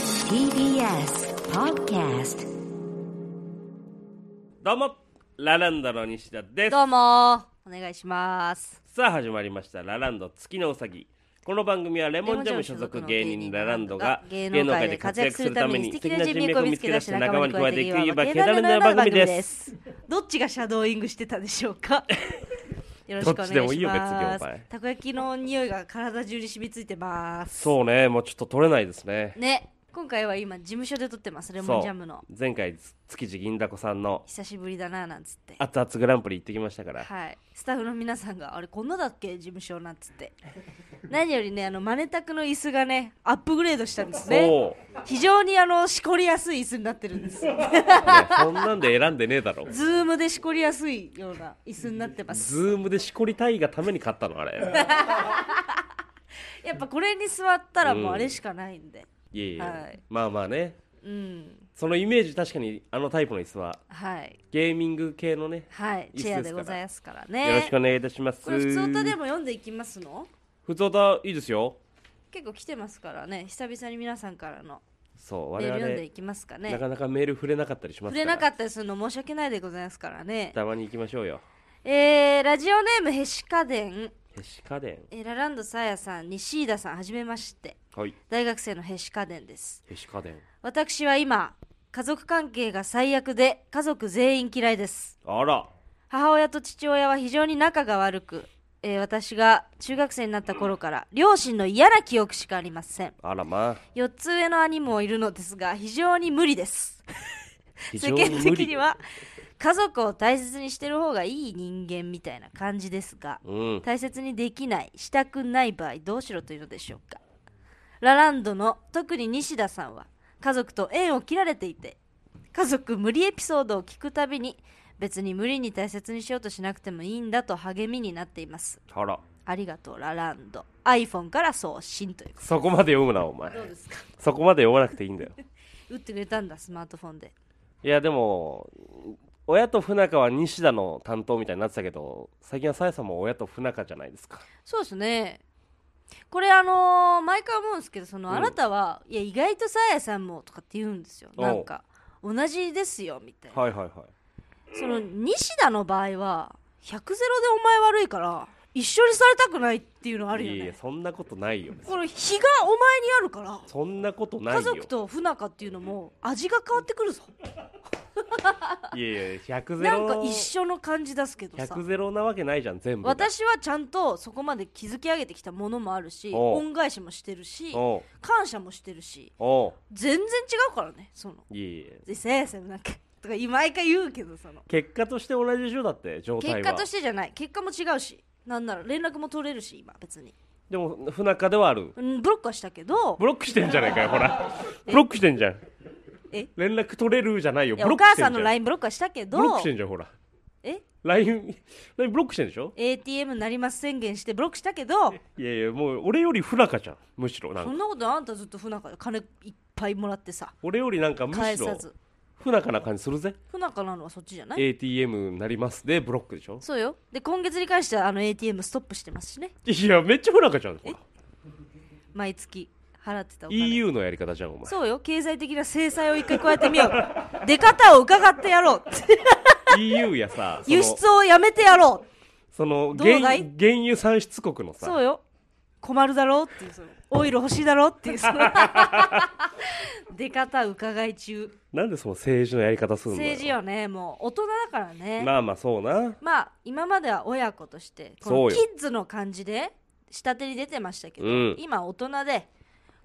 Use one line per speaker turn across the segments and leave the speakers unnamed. TBS Podcast
どうもラランドの西田です
どうもお願いします
さあ始まりましたラランド月のうさぎこの番組はレモンジャム所属芸人ラランドが芸能界で活躍するために素敵な人脈を見つけ出して仲間に加えていくいうけだらな番組です
どっちがシャドーイングしてたでしょうかよろしくお願
どっ
いします
ちでもいいよ別にお前
たこ焼きの匂いが体中に染みついてます
そうねもうちょっと取れないですね
ね今回は今事務所で撮ってますレモ
そ
ン
う
ジャムの
前回築地銀だこさんの
久しぶりだななんつって
熱々グランプリ行ってきましたから
はい、スタッフの皆さんがあれこんなだっけ事務所なんつって何よりねあのマネタクの椅子がねアップグレードしたんですね
そう
非常にあのしこりやすい椅子になってるんですよ
ねそんなんで選んでねえ だろ
ズームでしこりやすいような椅子になってます
ズームでしこりたいがために買ったのあれ
やっぱこれに座ったらもううんあれしかないんで
いえいえ、
はい
まあまあね
うん
そのイメージ確かにあのタイプの椅子は
はい
ゲーミング系のね
はい
椅子ですか
チ
ら
ェアでございますからね
よろしくお願いいたします。
これ普通歌でも読んでいきますの
普通歌いいですよ。
結構来てますからね久々に皆さんからの
そう、
メ
我
ール
々、
読んでいきますかね
なかなかメール触れなかったりします
触
から。
れなかったりするの申し訳ないでございますからね
たまに行きましょうよ。
えーラジオネームへし家電、
へし家電。
えーラランドサーヤさん西井田さんはじめまして
はい。
大学生のへし家電です
へし家電。
私は今家族関係が最悪で家族全員嫌いです
あら。
母親と父親は非常に仲が悪く、えー私が中学生になった頃から両親の嫌な記憶しかありません
あらまあ。
4つ上の兄もいるのですが非常に無理です
非
世間的に。は家族を大切にしてる方がいい人間みたいな感じですが
うん。
大切にできないしたくない場合どうしろというのでしょうかラランドの特に西田さんは家族と縁を切られていて家族無理エピソードを聞くたびに別に無理に大切にしようとしなくてもいいんだと励みになっています
あら。
ありがとうラランド iPhone から送信という
そこまで読むな、お前。
どうですか
そこまで読まなくていいんだよ。
打ってくれたんだスマートフォンで
いや、でも、親と不仲は西田の担当みたいになってたけど、最近はさやさんも親と不仲じゃないですか。
そうですねこれあのー毎回思うんですけどその、
うん
あなたはいや意外とさあやさんもとかって言うんですよ
おう
なんか同じですよみたいな、
はいはいはい。
その西田の場合は100ゼロでお前悪いから一緒にされたくないっていうのあるよ
いやいや
ね
そんなことないよ。
この日がお前にあるから
そんなことないよ。
家族と不仲っていうのも味が変わってくるぞ
いやいや、100ゼ
な
ロ。
んか一緒の感じ出すけどさ
100ゼロなわけないじゃん全部が
私はちゃんとそこまで築き上げてきたものもあるし
おう
恩返しもしてるし
おう
感謝もしてるし
お
全然違うからねその
ういえいえ
でせいせいなんか とか毎回言うけどその
結果として同じでしょだって状態は
結果としてじゃない結果も違うしなんなら連絡も取れるし今別に、
でも不仲ではある
うん、ブロックはしたけど
ブロックしてんじゃない かよほらブロックしてんじゃん
え
連絡取れるじゃないよ
い
ブ
や
ロ
お
ックし
母
てんじゃ
さ
ん
んの LINE ブロックはしたけど
ブロックしてんじゃんほら
え
LINE, LINE ブロックしてんでしょ
ATM になります宣言してブロックしたけど
いやいやもう俺より不仲じゃんむしろなん
そ
か
んなことあんたずっと不仲で金いっぱいもらってさ
俺よりなんかむ
返
し
さ
ろ
ず
不仲な感じするぜ
不仲なのはそっちじゃない
ATM になりますでブロックでしょ
そうよで今月に関してはあの ATM ストップしてますしね
いやめっちゃ不仲じゃんほら
毎月払ってたお金
EU のやり方じゃんお前
そうよ経済的な制裁を一回加えてみよう出方を伺ってやろ う
EU やさその
輸出をやめてやろう
その
どうだ
原
い
原油産出国の
そ
さ
うよ困るだろうっていうそのオイル欲しいだろうっていうそ の出方伺い中
なんでその政治のやり方するのよ
政治はねもう大人だからねま
まあまあそうな
あ今までは親子としてこ
そ
の
う
キ
よ
ッズの感じで下手に出てましたけど、
うん
今大人で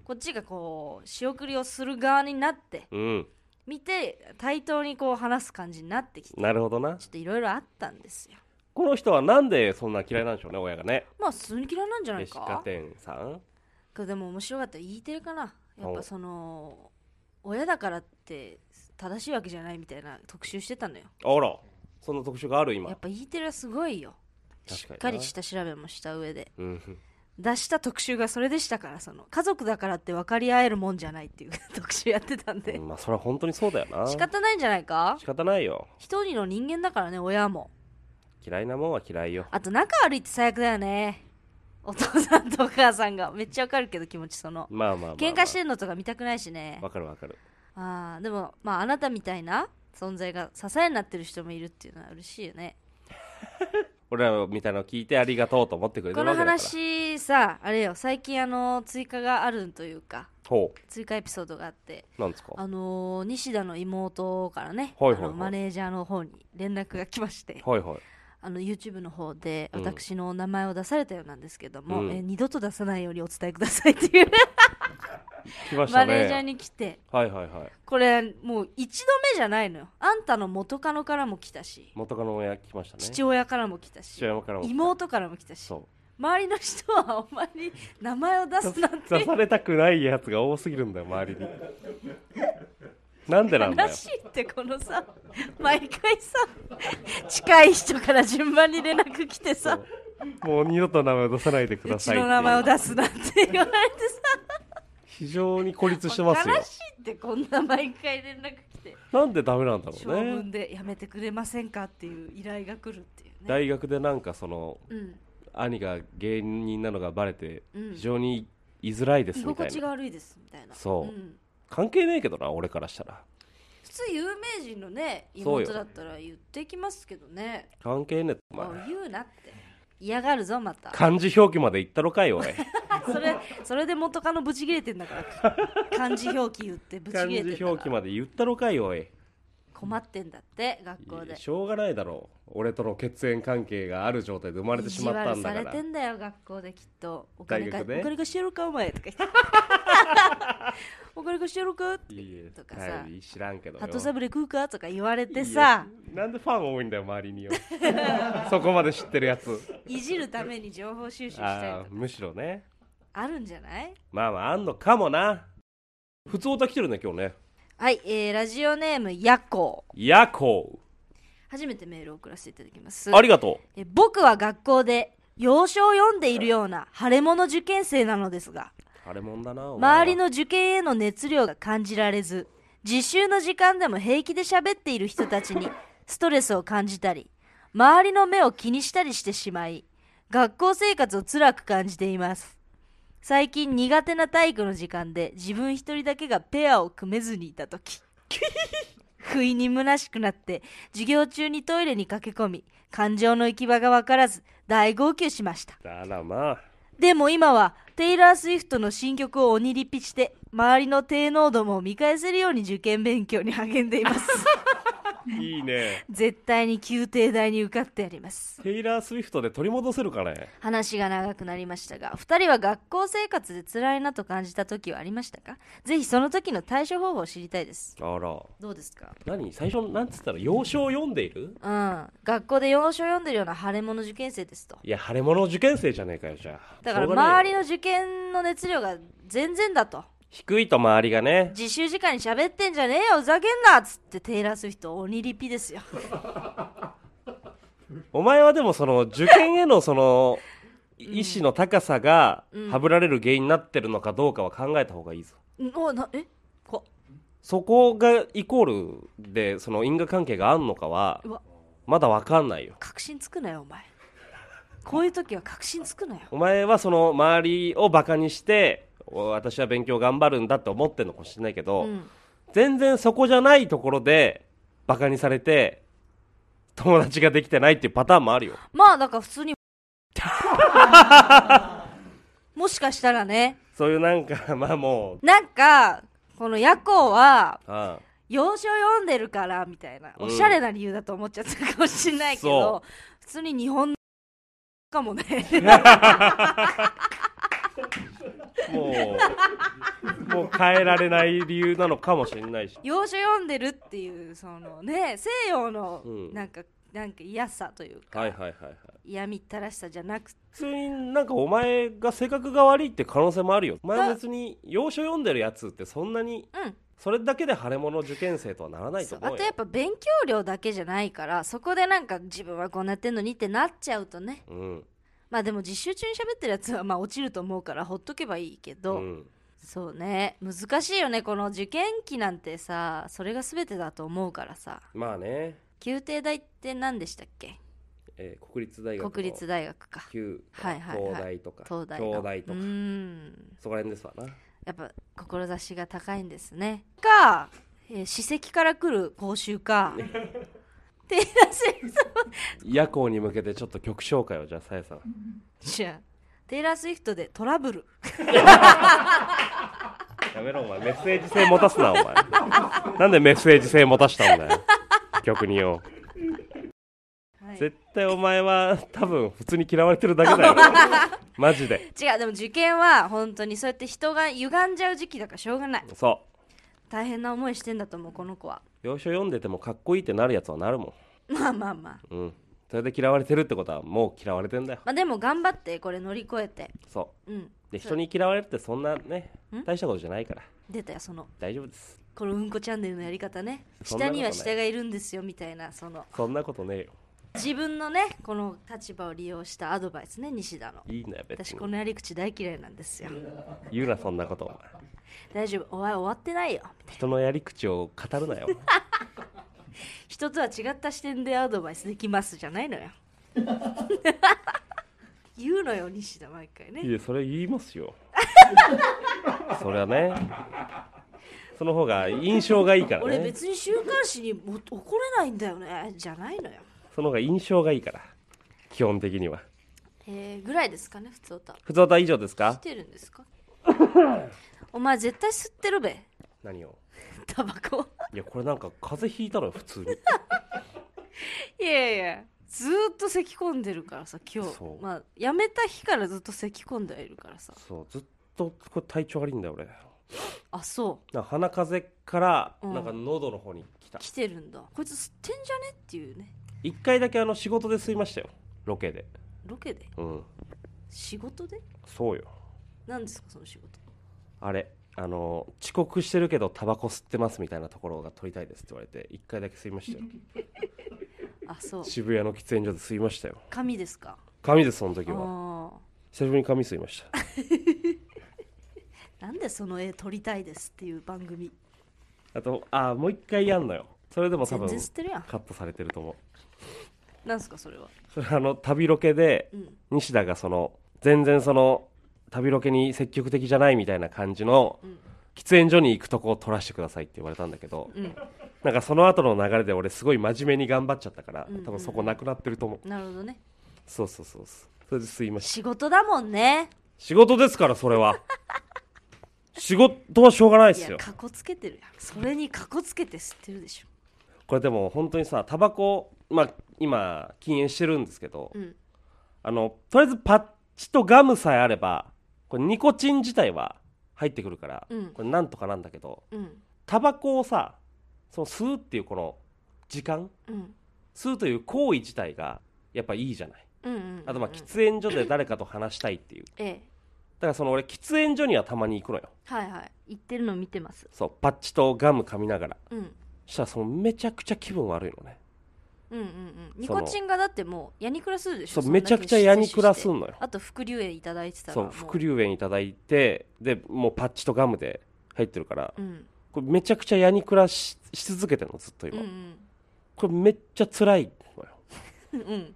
こっちがこう仕送りをする側になって
うん
見て対等にこう話す感じになってきてちょ
なるほどな
っといろいろあったんですよ
この人はなんでそんな嫌いなんでしょうね親がね
まあ普通に嫌いなんじゃない
飯
か
家店さん
これでも面白かった E テレかなやっぱ
お
その親だからって正しいわけじゃないみたいな特集してたのよ
あらそんな特徴がある今
やっぱ E テレはすごいよ
確かに
し
な
っかり下調べもした上で
うん
出した特集がそれでしたからその家族だからって分かり合えるもんじゃないっていう特集やってたんで
まあそれは本当にそうだよな
仕方ないんじゃないか
仕方ないよ
一人の人間だからね親も
嫌いなもんは嫌いよ
あと仲悪いって最悪だよねお父さんとお母さんがめっちゃわかるけど気持ちその
まあまあまあ、まあ、
喧嘩してるのとか見たくないしね
わかるわかる
あーでもまああなたみたいな存在が支えになってる人もいるっていうのは嬉しいよね
俺らみたいなの聞いてありがとうと思ってくれて
こ
るわ
の
けだから
話さあれよ最近あの追加があるというか
ほ
追加エピソードがあって
うなんですか
あのー西田の妹からね、
はいはいはい
あのマネージャーの方に連絡が来まして
はいはい
あの YouTube の方で
うん
私の名前を出されたようなんですけども、
うん
えー二度と出さないようにお伝えくださいっていう
来まし
マ
た
ネージャ
ね
ーに来て
はいはいはい
これもう一度目じゃないのよあんたの元カノからも来たし
元カノ親来ましたね
父親からも来たし
父親からも
妹からも来たし
そう
周りの人はお前に名前を出すなん
出
て
されたくないやつが多すぎるんだよ周りになんでなんだ
悲
よ
しいってこのさ毎回さ近い人から順番に連絡来てさ
そうもう二度と名前を出さないでく
う
だ
ち
さいっていう
の名前を出すなんて言われて
非常に孤立して
さ
ますよ
悲しいってこんな毎回連絡来て
なんでダメなんだろ
長
うね
文でやめてくれませんかっていう依頼が来るっていうね
大学でなんかその
うん
兄が芸人なのがバレて
うん
非常に居づらいです
居
みたい
心地
な、
が悪いですみたいな
そうん関係ねえけどな俺からしたら
普通有名人のね
そうよ
妹だったら言ってきますけどね
関係ねえお前
もう言うなって嫌がるぞまた
漢字表記まで言ったろかいおい
それそれで元カノブチ切れてんだから 漢字表記言ってブチ
漢
切れてん
字
だ
表
か
記
ら
まで言ったろかいおい
困ってんだって学校で
しょうがないだろう俺との血縁関係がある状態で生まれてしまったんだか
意地悪
ら
されてんだよ学校できっとお金
大
貸
学で
お金貸してやろうかお前とか言 ってお金貸してやろうか
いいえ
とかさ
はい知らんけどよ
鳩サブレ食うかとか言われてさ
いいえなんでファン多いんだよ周り によそこまで知ってるやつ
いじるために情報収集したり
あ
と
ー
か
むしろね
あるんじゃない
まあまああんのかもな普通歌来てるね今日ね
はい、えーラジオネームヤコウ
夜行
初めてメールを送らせていただきます
ありがと
え僕は学校で洋書を読んでいるような腫れ物受験生なのですが
うあれもんだな
周り
の
の受験への熱量が感じられず実習の時間でも平気で喋っている人たちにストレスを感じたり周りの目を気にしたりしてしまい学校生活を辛く感じています最近苦手な体育の時間で自分一人だけがペアを組めずにいた時不意に虚しくなって授業中にトイレに駆け込み感情の行き場が分からず大号泣しました
あらまあ
でも今はテイラー・スウィフトの新曲を鬼リピして周りの低濃度も見返せるように受験勉強に励んでいます
いいね
絶対に宮廷大に受かってやります
テイラー・スウィフトで取り戻せるかね
話が長くなりましたが2人は学校生活で辛いなと感じた時はありましたかぜひその時の対処方法を知りたいです
あら
どうですか
何最初なんつったら洋書を読んでいる
うん学校で洋書を読んでるような腫れ物受験生ですと
いや腫れ物受験生じゃねえかよじゃあ
だから
しょうがねえよ
周りの受験の熱量が全然だと
低いと周りがね
自習時間に喋ってんじゃねえよふざけんなっつってテイラー・スウィフト鬼リピですよ
お前はでもその受験へのその意志の高さが
うん
はぶられる原因になってるのかどうかは考えた方がいいぞ
んおなえこ
そこがイコールでその因果関係があんのかは
うわ
まだわかんないよ
確信つくなよお前こういう時は確信つくなよ
お前はその周りをバカにしてお私は勉強頑張るんだって思ってるのかもしれないけど、
うん
全然そこじゃないところでバカにされて友達ができてないっていうパターンもあるよ
まあだから普通に もしかしたらね
そういうなんか まあも
なんかこの夜行は
うあ
洋書を読んでるからみたいな
うん
おしゃれな理由だと思っちゃってるかもしれないけど、普通に日本の かもね
あもうもう変えられない理由なのかもしれないし
洋書読んでるっていうそのね西洋の
うん
なんか、なんか嫌さというか、
はいはいはいはい
嫌みったらしさじゃなくて
普通になんかお前が性格が悪いって可能性もあるよお前は別に要所読んでるやつってそんなに
うん
それだけで腫れ物受験生とはならないと
そう
思
あ
うよ
とやっぱ勉強量だけじゃないからそこでなんか自分はこうなってんのにってなっちゃうとね
うん
まあでも実習中に喋ってるやつはまあ落ちると思うからほっとけばいいけ
う
ど、
ん
そうね難しいよねこの受験期なんてさそれが全てだと思うからさ
まあね
宮廷大って何でしたっけ
えー国立大学と
国立大学か
旧
はいはいはい
東大とか
東大の
京大と
う
か
ーん
そこら辺ですわな
やっぱ志が高いんですねか、えー、史跡から来る講 習かテイラス
夜行に向けてちょっと曲紹介をじゃあさやさん
じゃあテイラー・スウィフトでトラブル
やめろお前メッセージ性持たすなお前なんでメッセージ性持たしたんだよ曲によ
はい
絶対お前は多分普通に嫌われてるだけだよマジで
違うでも受験は本当にそうやって人が歪んじゃう時期だからしょうがない
そ
大変な思いしてんだと思うこの子は
う要所読んでてもかっこいいってなるやつはなるも
まあまあまあ
んうんそれで嫌われてるってことはもう嫌われてんだよ
まあでも頑張ってこれ乗り越えて
そ
うん
うで人に嫌われるってそんなね大したことじゃないから
出たよその
大丈夫です
このうんこチャンネルのやり方ね
そんな
下
こと
に
ない
は下がいるんですよみたいなその
そんなことねえよ
自分のねこの立場を利用したアドバイスね西田の
いいんだよ別
私
に
このやり口大嫌いなんですよ
言うなそんなことお前
大丈夫お前終わってないよ
人のやり口を語るなよ
人とは違った視点でアドバイスできますじゃないの よ言うのよ西田毎回
い
ね
やそれ言います よそれはねその方が印象がいいから
俺
ね
別に週刊誌にも怒れないんだよねじゃないのよ
その方が印象がいいから基本的には
えー、ぐらいですかね普通歌
ふつおた以上です
来
か
てるんですか お前絶対吸ってるべ
何を
タバコ
いやこれなんか風邪ひいたのよ普通に
いやいやずーっと咳込んでるからさ今日
そう
まあ辞めた日からずっと咳込んではいるからさ
そうずっとこれ体調悪いんだよ俺
あそ
なんか鼻風邪から
うん
なんか喉の方に来た
う来てるんだこいつ吸ってんじゃねっていうね
一、回だけあの仕事で吸いましたよロケで
ロケで
うん
仕事で
そうよ
何ですかその仕事
あれあの遅刻してるけどタバコ吸ってますみたいなところが撮りたいですって言われて一回だけ吸いましたよ
あそう
渋谷の喫煙所で吸いましたよ
紙ですか
髪ですその時
あ
は
ー
久しぶりに髪吸いました
なんでその絵撮りたいですっていう番組
あとあもう一回やんのよそれでも多
全
分
然吸ってるやん
カットされてると思う
なんすかそれは
それあの旅ロケで
うん
西田がその全然その旅ロケに積極的じゃないみたいな感じの
うん
喫煙所に行くとこを撮らせてくださいって言われたんだけど
うん
なんかその後の流れで俺すごい真面目に頑張っちゃったから
うん
多分そこなくなってると思う
なるほどね
そうそうそうそうそれで吸いました
仕事だもんね
仕事ですからそれ は仕事はしょうがない
い
です
や
よ
かこつけてるやんそれにかこつけて吸ってるでしょ
これでも本当にさタバコまあ今禁煙してるんですけど、
うん
あのとりあえずパッチとガムさえあればこれニコチン自体は入ってくるから、
うん
これなんとかなんだけど
うん
タバコをさその吸うっていうこの時間
うん
吸うという行為自体がやっぱいいじゃない
うんうん
あとまあ喫煙所で誰かと話したいっていうだ
ええ
からその俺喫煙所にはたまに行くのよ
はいはい言ってるの見てます
そうパッチとガム噛みながら
うん
したらそのめちゃくちゃ気分悪いのね
うんうんうんニ
その
コチンがだってもうヤニクラスでしょ
そう
そん
め
だ
ち
け
ゃくちゃヤニクラす
摂取して
んのよ
あと伏流炎いただいてたら
そ
も
う副流炎いただいてでもうパッチとガムで入ってるから
うん
これめちゃくちゃヤニクラしし続けてるのずっと
う
今、
ん
これめっちゃ辛いのよ
うんうん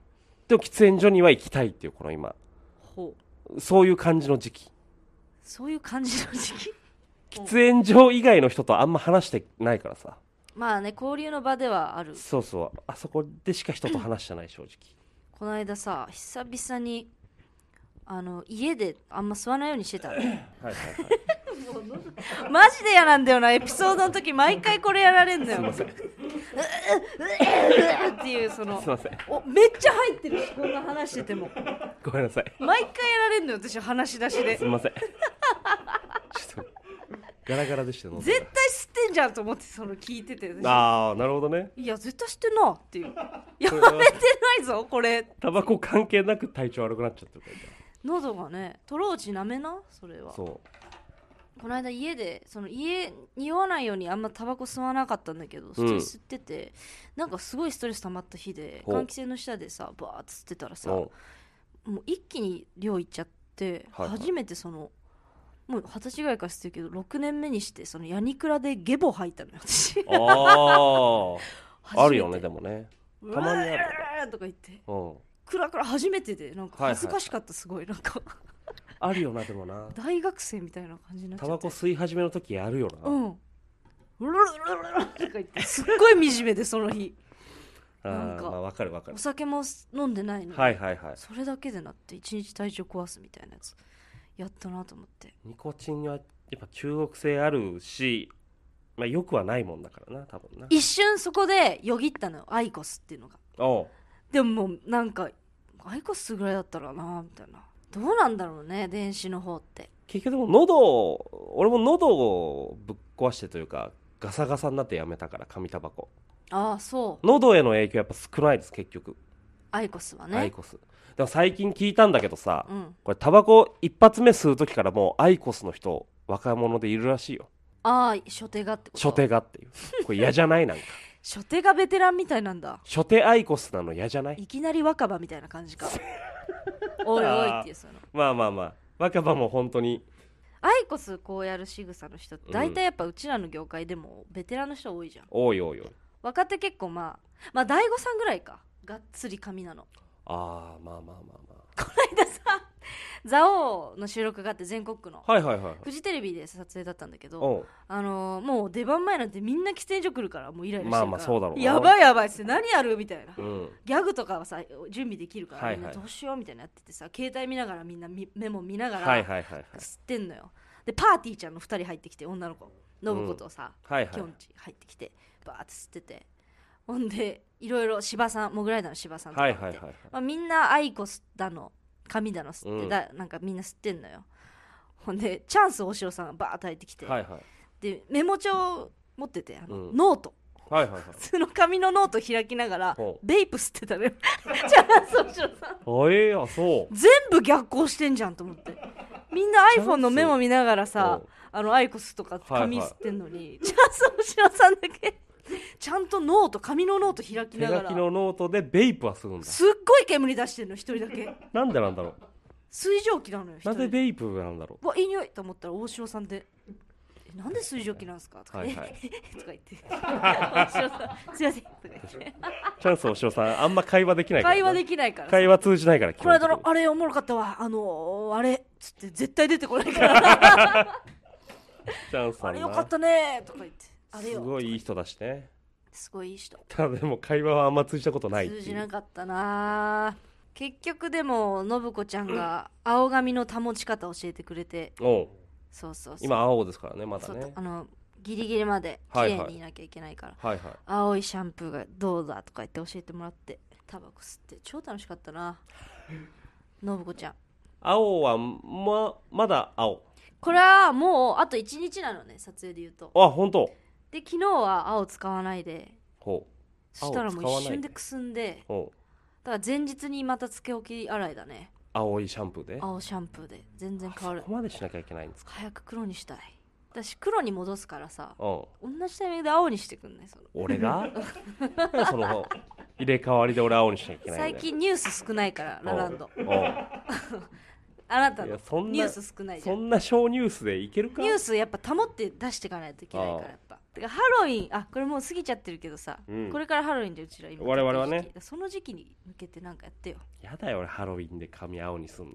でも喫煙所には行きたいっていうこの今
ほう
そういう感じの時期
そういう感じの時期うん
喫煙所以外の人とあんま話してないからさ
まあね交流の場ではある
そうそうあそこでしか人と話してない正直
この間さ久々にあの家であんま吸わないようにしてた の
はいはいはい
マジで嫌なんだよなエピソードの時毎回これやられんのよ
すいません
っていうその
すいません
おめっちゃ入ってるしこんな話してても
ごめんなさい
毎回やられんのよ私話し出しです
いませんちょっとガラガラでしたの
絶対吸ってんじゃんと思ってその聞いてて私
ああなるほどね
いや絶対吸ってんなっていうやめて
れは
ないぞこれ
タバコ関係なく体調悪くなっちゃってるから
喉がねトローチなめなそれは
そ
この間家でその家匂わないようにあんまタバコ吸わなかったんだけど普通に吸ってて、なんかすごいストレス溜まった日で
ほう
換気扇の下でさバーッと吸ってたら
う
さ
も
もう一気に量いっちゃって、
はいはい
初めてそのもう二十歳ぐらいから吸ってるけど6年目にしてそのヤニクラでゲボ吐いたのよ私
うあああるよね
初めて
でもね
うわ
たまにあるよね
ーとか言って
うん
クラクラ初めてでなんか恥ずかしかったすごいなんか
あるよなでも な
大学生みたいな感じになっちゃ
タ
って
バコ吸い始めの時あるよな、
うんうるるるるるとか言ってすっごい惨めでその日
あー
なんか
まあわかるわかる
お酒も飲んでないのに、
はいはいはい
それだけでなって一日体調壊すみたいなやつやったなと思って
ニコチンはやっぱ中毒性あるしまあよくはないもんだからな多分な
一瞬そこでよぎったのよアイコスっていうのが
おう
でももうなんかアイコスぐらいだったらなみたいなどうなんだろうね電子の方って
結局でも喉を俺も喉をぶっ壊してというかガサガサになってやめたから紙タバコ
ああそう
喉への影響やっぱ少ないです結局
アイコスはね
アイコスでも最近聞いたんだけどさ、
うん
これタバコ一発目吸う時からもうアイコスの人若者でいるらしいよ
ああ初手がってこと
初手がっていうこれ嫌じゃないなんか
初手がベテランみたいなんだ
初手アイコスなの嫌じゃない
いきなり若葉みたいな感 じかおいおいっていうその
まあまあまあ若葉も本当に
アイコスこうやる仕草の人って大体やっぱうちらの業界でもベテランの人多いじゃん
おいおいおい
若手結構まあまあ大悟さんぐらいかがっつり髪なの
ああまあまあまあま
この間さ「蔵王」の収録があって全国区の
あはいはいはいはい
フジテレビで撮影だったんだけど
おう
あのーもう出番前なんてみんな喫煙所来るからもうイライラしてる
ま
か
あ
ら
まあそうだろうな
やばいやばいっす何やるみたいな、
うん
ギャグとかはさ準備できるから、
はいはい
みんなどうしようみたいなやっててさ携帯見ながらみんなみメモ見ながら
はいはいはいはい
吸ってんのよでパーティーちゃんの2人入ってきて女の子信子とさ、
はいは
き
い
ょんち入ってきてバーって吸っててほんでいろいろ芝さんモグライダーの芝さんとか
は
っ
い
て、
はいはいはい
まあ、みんなアイコスだの紙だの吸って、
うん
だなんかみんな吸ってんのよほんでチャンス大城さんがバーッと入ってきて、
はいはい
でメモ帳持っててあの、
うん
ノート
はいはいはい
普通の紙のノート開きながら
ほう
ベイプ吸ってたのよ チャンス大城さん
あええあそう
全部逆行してんじゃんと思ってみんな
チャンス
iPhone のメモ見ながらさ
うん
あのアイコスとか
はいはい
紙吸ってんのに、チャンスおしろさんだけちゃんとノート紙のノート開き
手
なが
書き
ら
のノートでベイプはするんだ
すっごい煙出してんの一人だけ
なんでなんだろう
水蒸気なのよ一
な
人
ぜベイプなんだろ
うわいい匂いと思ったら大城さんで「えなんで水蒸気なんですか?」 とか、
はいはい
ええとか言って「大城さんすいません」とか言って
うチャンスおしろさんあんま会話できないからな
会話できないからさ
会話通じないから
この間の
基
あれおもろかったわあのーあれっつって絶対出てこないから
本的にチャンスさんな
あれよかったねとか言ってあれよ
すごいいい人だしね
すごいいい人
ただでも会話はあんま通じたことないっていう
通じなかったな結局でも信子ちゃんが青髪の保ち方教えてくれて
おう
そうそうそう
今青ですからねまだ
そう
ね
あのギリギリまで綺
はいはい
麗にいなきゃいけないから、
はいはい
青いシャンプーがどうだとか言って教えてもらってタバコ吸って超楽しかったな信子ちゃん
青はままだ青
これはもうあと1日なのね撮影で言うと
あ本当
で昨日は青使わないで
ほ
そしたらもう
青使わ
一
ない
瞬でくすんで
うほう
だから前日にまたつけ置き洗いだね
青いシャンプーで
青シャンプーで全然変わる
ここまでしなきゃいけないんですか
早く黒にしたい私黒に戻すからさ
うん
同じタイミングで青にしてくんねその
俺が なんでその入れ替わりで俺青にしなきゃいけない
最近ニュース少ないからラランド
おう
あな
お
た
うい
の
やそん
ニュ
な
ース少ないじゃ
そ
ん
んな小ニュースでいけるか
ニュースやっぱ保って出していかないといけないから
ああ
やっぱてかハロウィンあこれもう過ぎちゃってるけどさ、
うん
これからハロウィンでうちら今
我々はね
その時期に向けてなんかやってよ
やだよ俺ハロウィンで髪青にすんの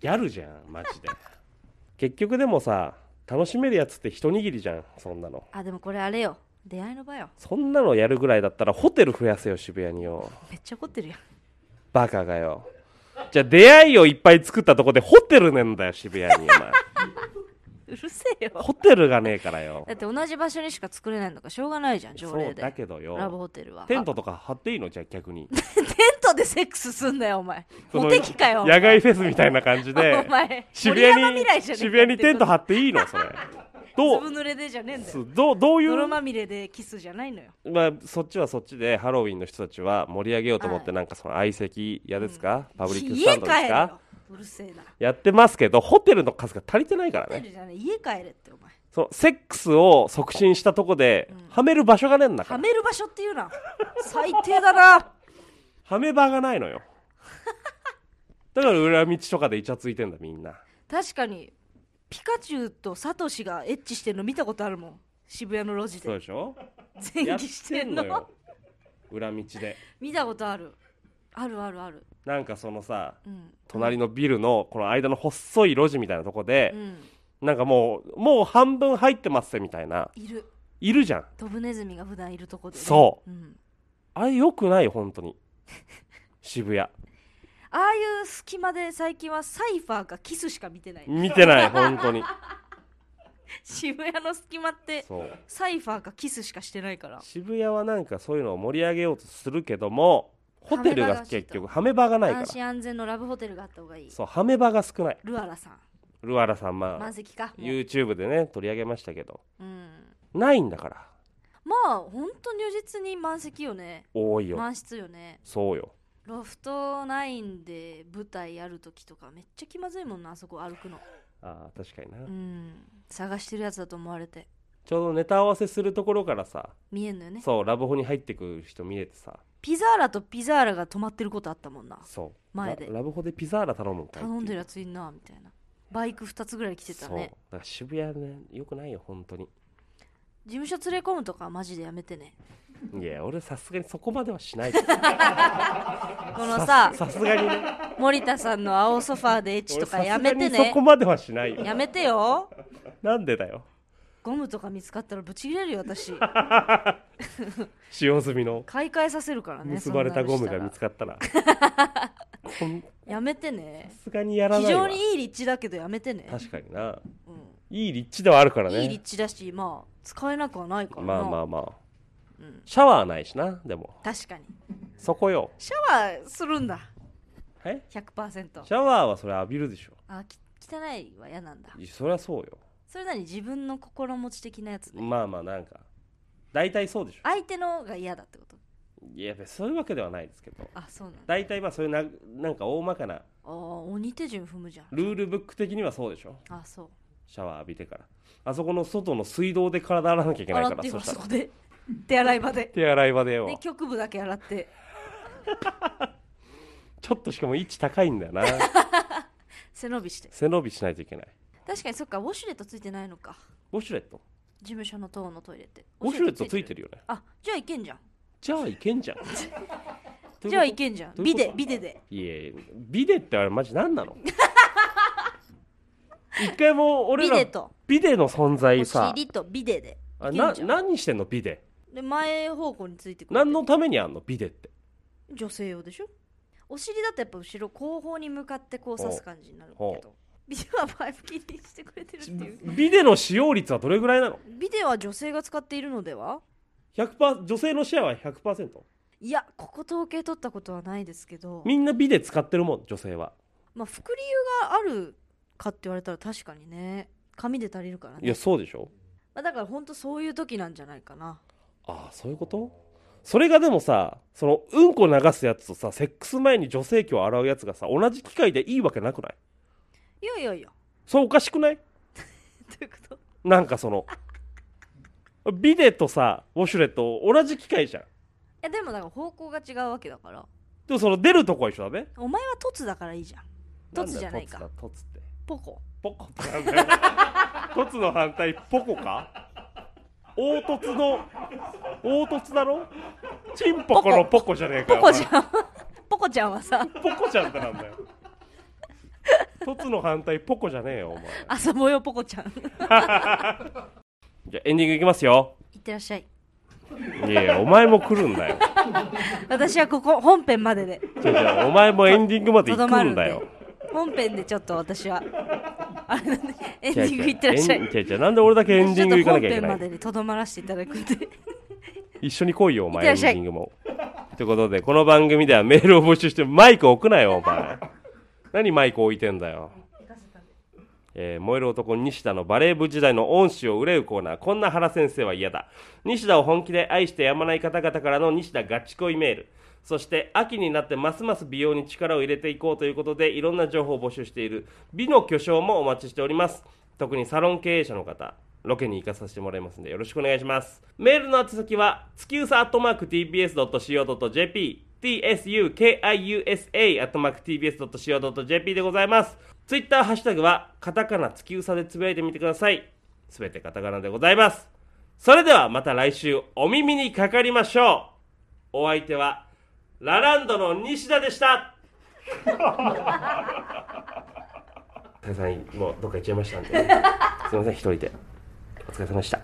ギャルじゃんマジで結局でもさ楽しめるやつって一握りじゃんそんなの
あでもこれあれよ出会いの場よ
そんなのやるぐらいだったらホテル増やせよ渋谷によ
めっちゃ怒ってるやん
バカがよじゃあ出会いをいっぱい作ったとこでホテルねんだよ渋谷にお前
うるせえよ
ホテルがねえからよ
だって同じ場所にしか作れないのかしょうがないじゃん条
そ
例
うだ
で
けど
ラブ
よ
ホテルは
テントとか張っていいのじゃあ逆に
テントでセックスすんだよお前
その
モテキかよお前
野 外フェスみたいな感じで
お前
渋
森山
谷
未
に
来じゃねえか
渋谷にテント張っていいの それどう
粒濡れでじゃねえんだよ
すどうどういう
泥まみれでキスじゃないのよ
まあ、そっちはそっちでハロウィンの人たちは盛り上げようと思ってなんかその相席屋ですか、パブリックスタ
家
ンド
帰
です
れ
か
ようるせえな
やってますけどホテルの数が足りてないから
ホテ
ね
ルじゃねえ家帰れってお前
そのセックスを促進したとこで、はめる場所がねえんだか
は
ら
める場所っていうな最低だな
はめ場がないのよ だから裏道とかでイチャついてんだみんな
確かにピカチュウとサトシがエッチしてるの見たことあるもん渋谷の路地
そう
で
でしょ
前
やっ
期して
て
ん
ん
の
のよ裏道で
見たことあるあるあるある
なんかそのさ
うん
隣のビルのこの間の細い路地みたいなとこで
う、ん
なんかもうもう半分入ってますみたいない
る
いるじゃん
ドブネズミが普段いるとこで、ね、、
そう
ん、
あれよくない本当に渋谷
ああいう隙間で最近はサイファーかキスしか見てない
見てない本当に
渋谷の隙間って
そう
サイファーかキスしかしてないから
渋谷はなんかそういうのを盛り上げようとするけどもホテルが結局ハメ場がないから
安心安全のラブホテルがあった方がいい
そうハメ場が少ない
ルアラさん
ルアラさんまあ
満席かもう
YouTube でね取り上げましたけど
うん
ないんだから
まあほんと如実に満席よね
多いよ
満室よね
そうよ
ロフト9で舞台やるときとかめっちゃ気まずいもんなあそこ歩くの
あー確かにな、
うん探してるやつだと思われて
ちょうどネタ合わせするところからさ
見えんのよね
そうラブホに入ってく人見れてさ
ピザーラとピザーラが止まってることあったもんな
そう
前で
ララブホでピザーラ頼むんかいっていう
頼んでるやついんなみたいなバイク2つぐらい来てた
そうだ
ね
から渋谷ねよくないよ本当に
事務所連れ込むとかマジでやめてね
いや俺さすがにそこまではし ないです
このさ
さすがにね
森田さんの青ソファーでエッチとかやめて
俺さすがにそ
ね
こまではしないよ
やめてよ
なんでだよ
ゴムとか見つかったらブチ切れるよ私
使用済みの
買い替えさせるからね
結ばれたゴムが見つ
か
かったらこん
やめてね
さすがにやら
非
ないわ
常にいい立地だけどやめてね、
確かにな
うん
いい立地ではあるからね
いい立地だしまあ使えなくはないからな
まあまあまあ、
うん
シャワーないしなでも
確かに
そこよ
シャワーするんだ
え
100%
シャワーはそれ浴びるでしょ
あき汚いは嫌なんだ
いやそりゃそうよ
それなり自分の心持ち的なやつね
まあまあなんか大体そうでしょ
相手のが嫌だってこと
いやそういうわけではないですけど
あそうなんだ
大体まあそういうななんか大まかな
あー鬼手順踏むじゃん
ルールブック的にはそうでしょ
あそう
シャワー浴びてからあそこの外の水道で体洗わなきゃいけない
洗
か
っ
ら
てよ
そ
あ
した
そ
ら
こで 手洗い場で
手洗い場でよ
で局部だけ洗って
ちょっとしかも位置高いんだ よな
背伸びして
背伸びしないといけない
確かにそっかウォシュレットついてないのか
ウォシュレット
事務所の塔のトイレって
ウォシュレットついて
る
るよね
あじゃあいけんじゃん
じゃあいけ んじゃんどういうこと
じゃあいけんじゃん
どうい
ビ
うこと
デビデで
いえビデってあれマジ何な の一回も俺ら
ビデと
ビデの存在
お
さ
尻とビデで
あ
いけん
な
じゃん
何してんのビデ
で前方向についてくる
何のためにあんのビデ って
女性用でしょお尻だとやっぱ後ろ後方に向かってこう刺す感じになるけ
ほう
どビデは前向きにしてくれてるっていう
ビデの使用率はどれぐらいなの
ビデは女性が使っているのでは
100%女性のシェアは100%
いやここ統計取ったことはないですけど
みんなビデ使ってるもん女性は
まあ拭く理由があるかって言われたら確かにね紙で足りるから
い
ね
やそうでしょ
まあ、だから本当そういう時なんじゃないかな
ああそういうことそれがでもさそのうんこ流すやつとさセックス前に女性器を洗うやつがさ同じ機械でいいわけなくない
いやいやいや
それおかしくない
どういうこと
なんかその ビデとさウォシュレット同じ機械じゃん
いやでもだから方向が違うわけだから
でもその出るとこは一緒だね
お前は凸だからいいじゃん凸じゃないか
んだよ凸だ凸って
ポコ
ポコってなんだよ凸の反対ポコか凹凸の凹凸だろチンポコのポコじゃねえか
ポ
よ
コちゃん ポコちゃんはさ
お前ポコちゃんってなんだよ凸の反対ポコじゃねえよお前
朝模様ポコちゃん
じゃあエンディングいきますよ
いってらっしゃい
いやいやお前も来るんだよ
私はここ本編までで
じゃあじゃあお前もエンディングまで
と
行
どま
く
る
ん
んで
だよ
本編でちょっと私はあれなんでエンディングいってらっしゃい
じゃじゃなんで俺だけエンディング行かなきゃいけ
ちょっ
な
と本編ま
い
でにとどまらせていただくんで
一緒に来いよお
いって
前エ
らっ
ン
しゃ
デ
い
ィングもということでこの番組ではメールを募集してマイク置くなよお 前何マイク置いてんだよえー燃える男西田のバレー部時代の恩師を憂うコーナーこんな原先生は嫌だ西田を本気で愛してやまない方々からの西田ガチ恋メールそして秋になってますます美容に力を入れていこうということでいろんな情報を募集している美の巨匠もお待ちしております特にサロン経営者の方ロケに行かさせてもらいますんでよろしくお願いしますメールの宛先は月うさ .tbs.co.jp tsukiusa .tbs.co.jp でございますツイッターハッシュタグはカタカナ月うさでつぶやいてみてくださいすべてカタカナでございますそれではまた来週お耳にかかりましょうお相手はラランドの西田でした。 さんもうどっか行っちゃいましたんで、すみません一人でお疲れ様でした。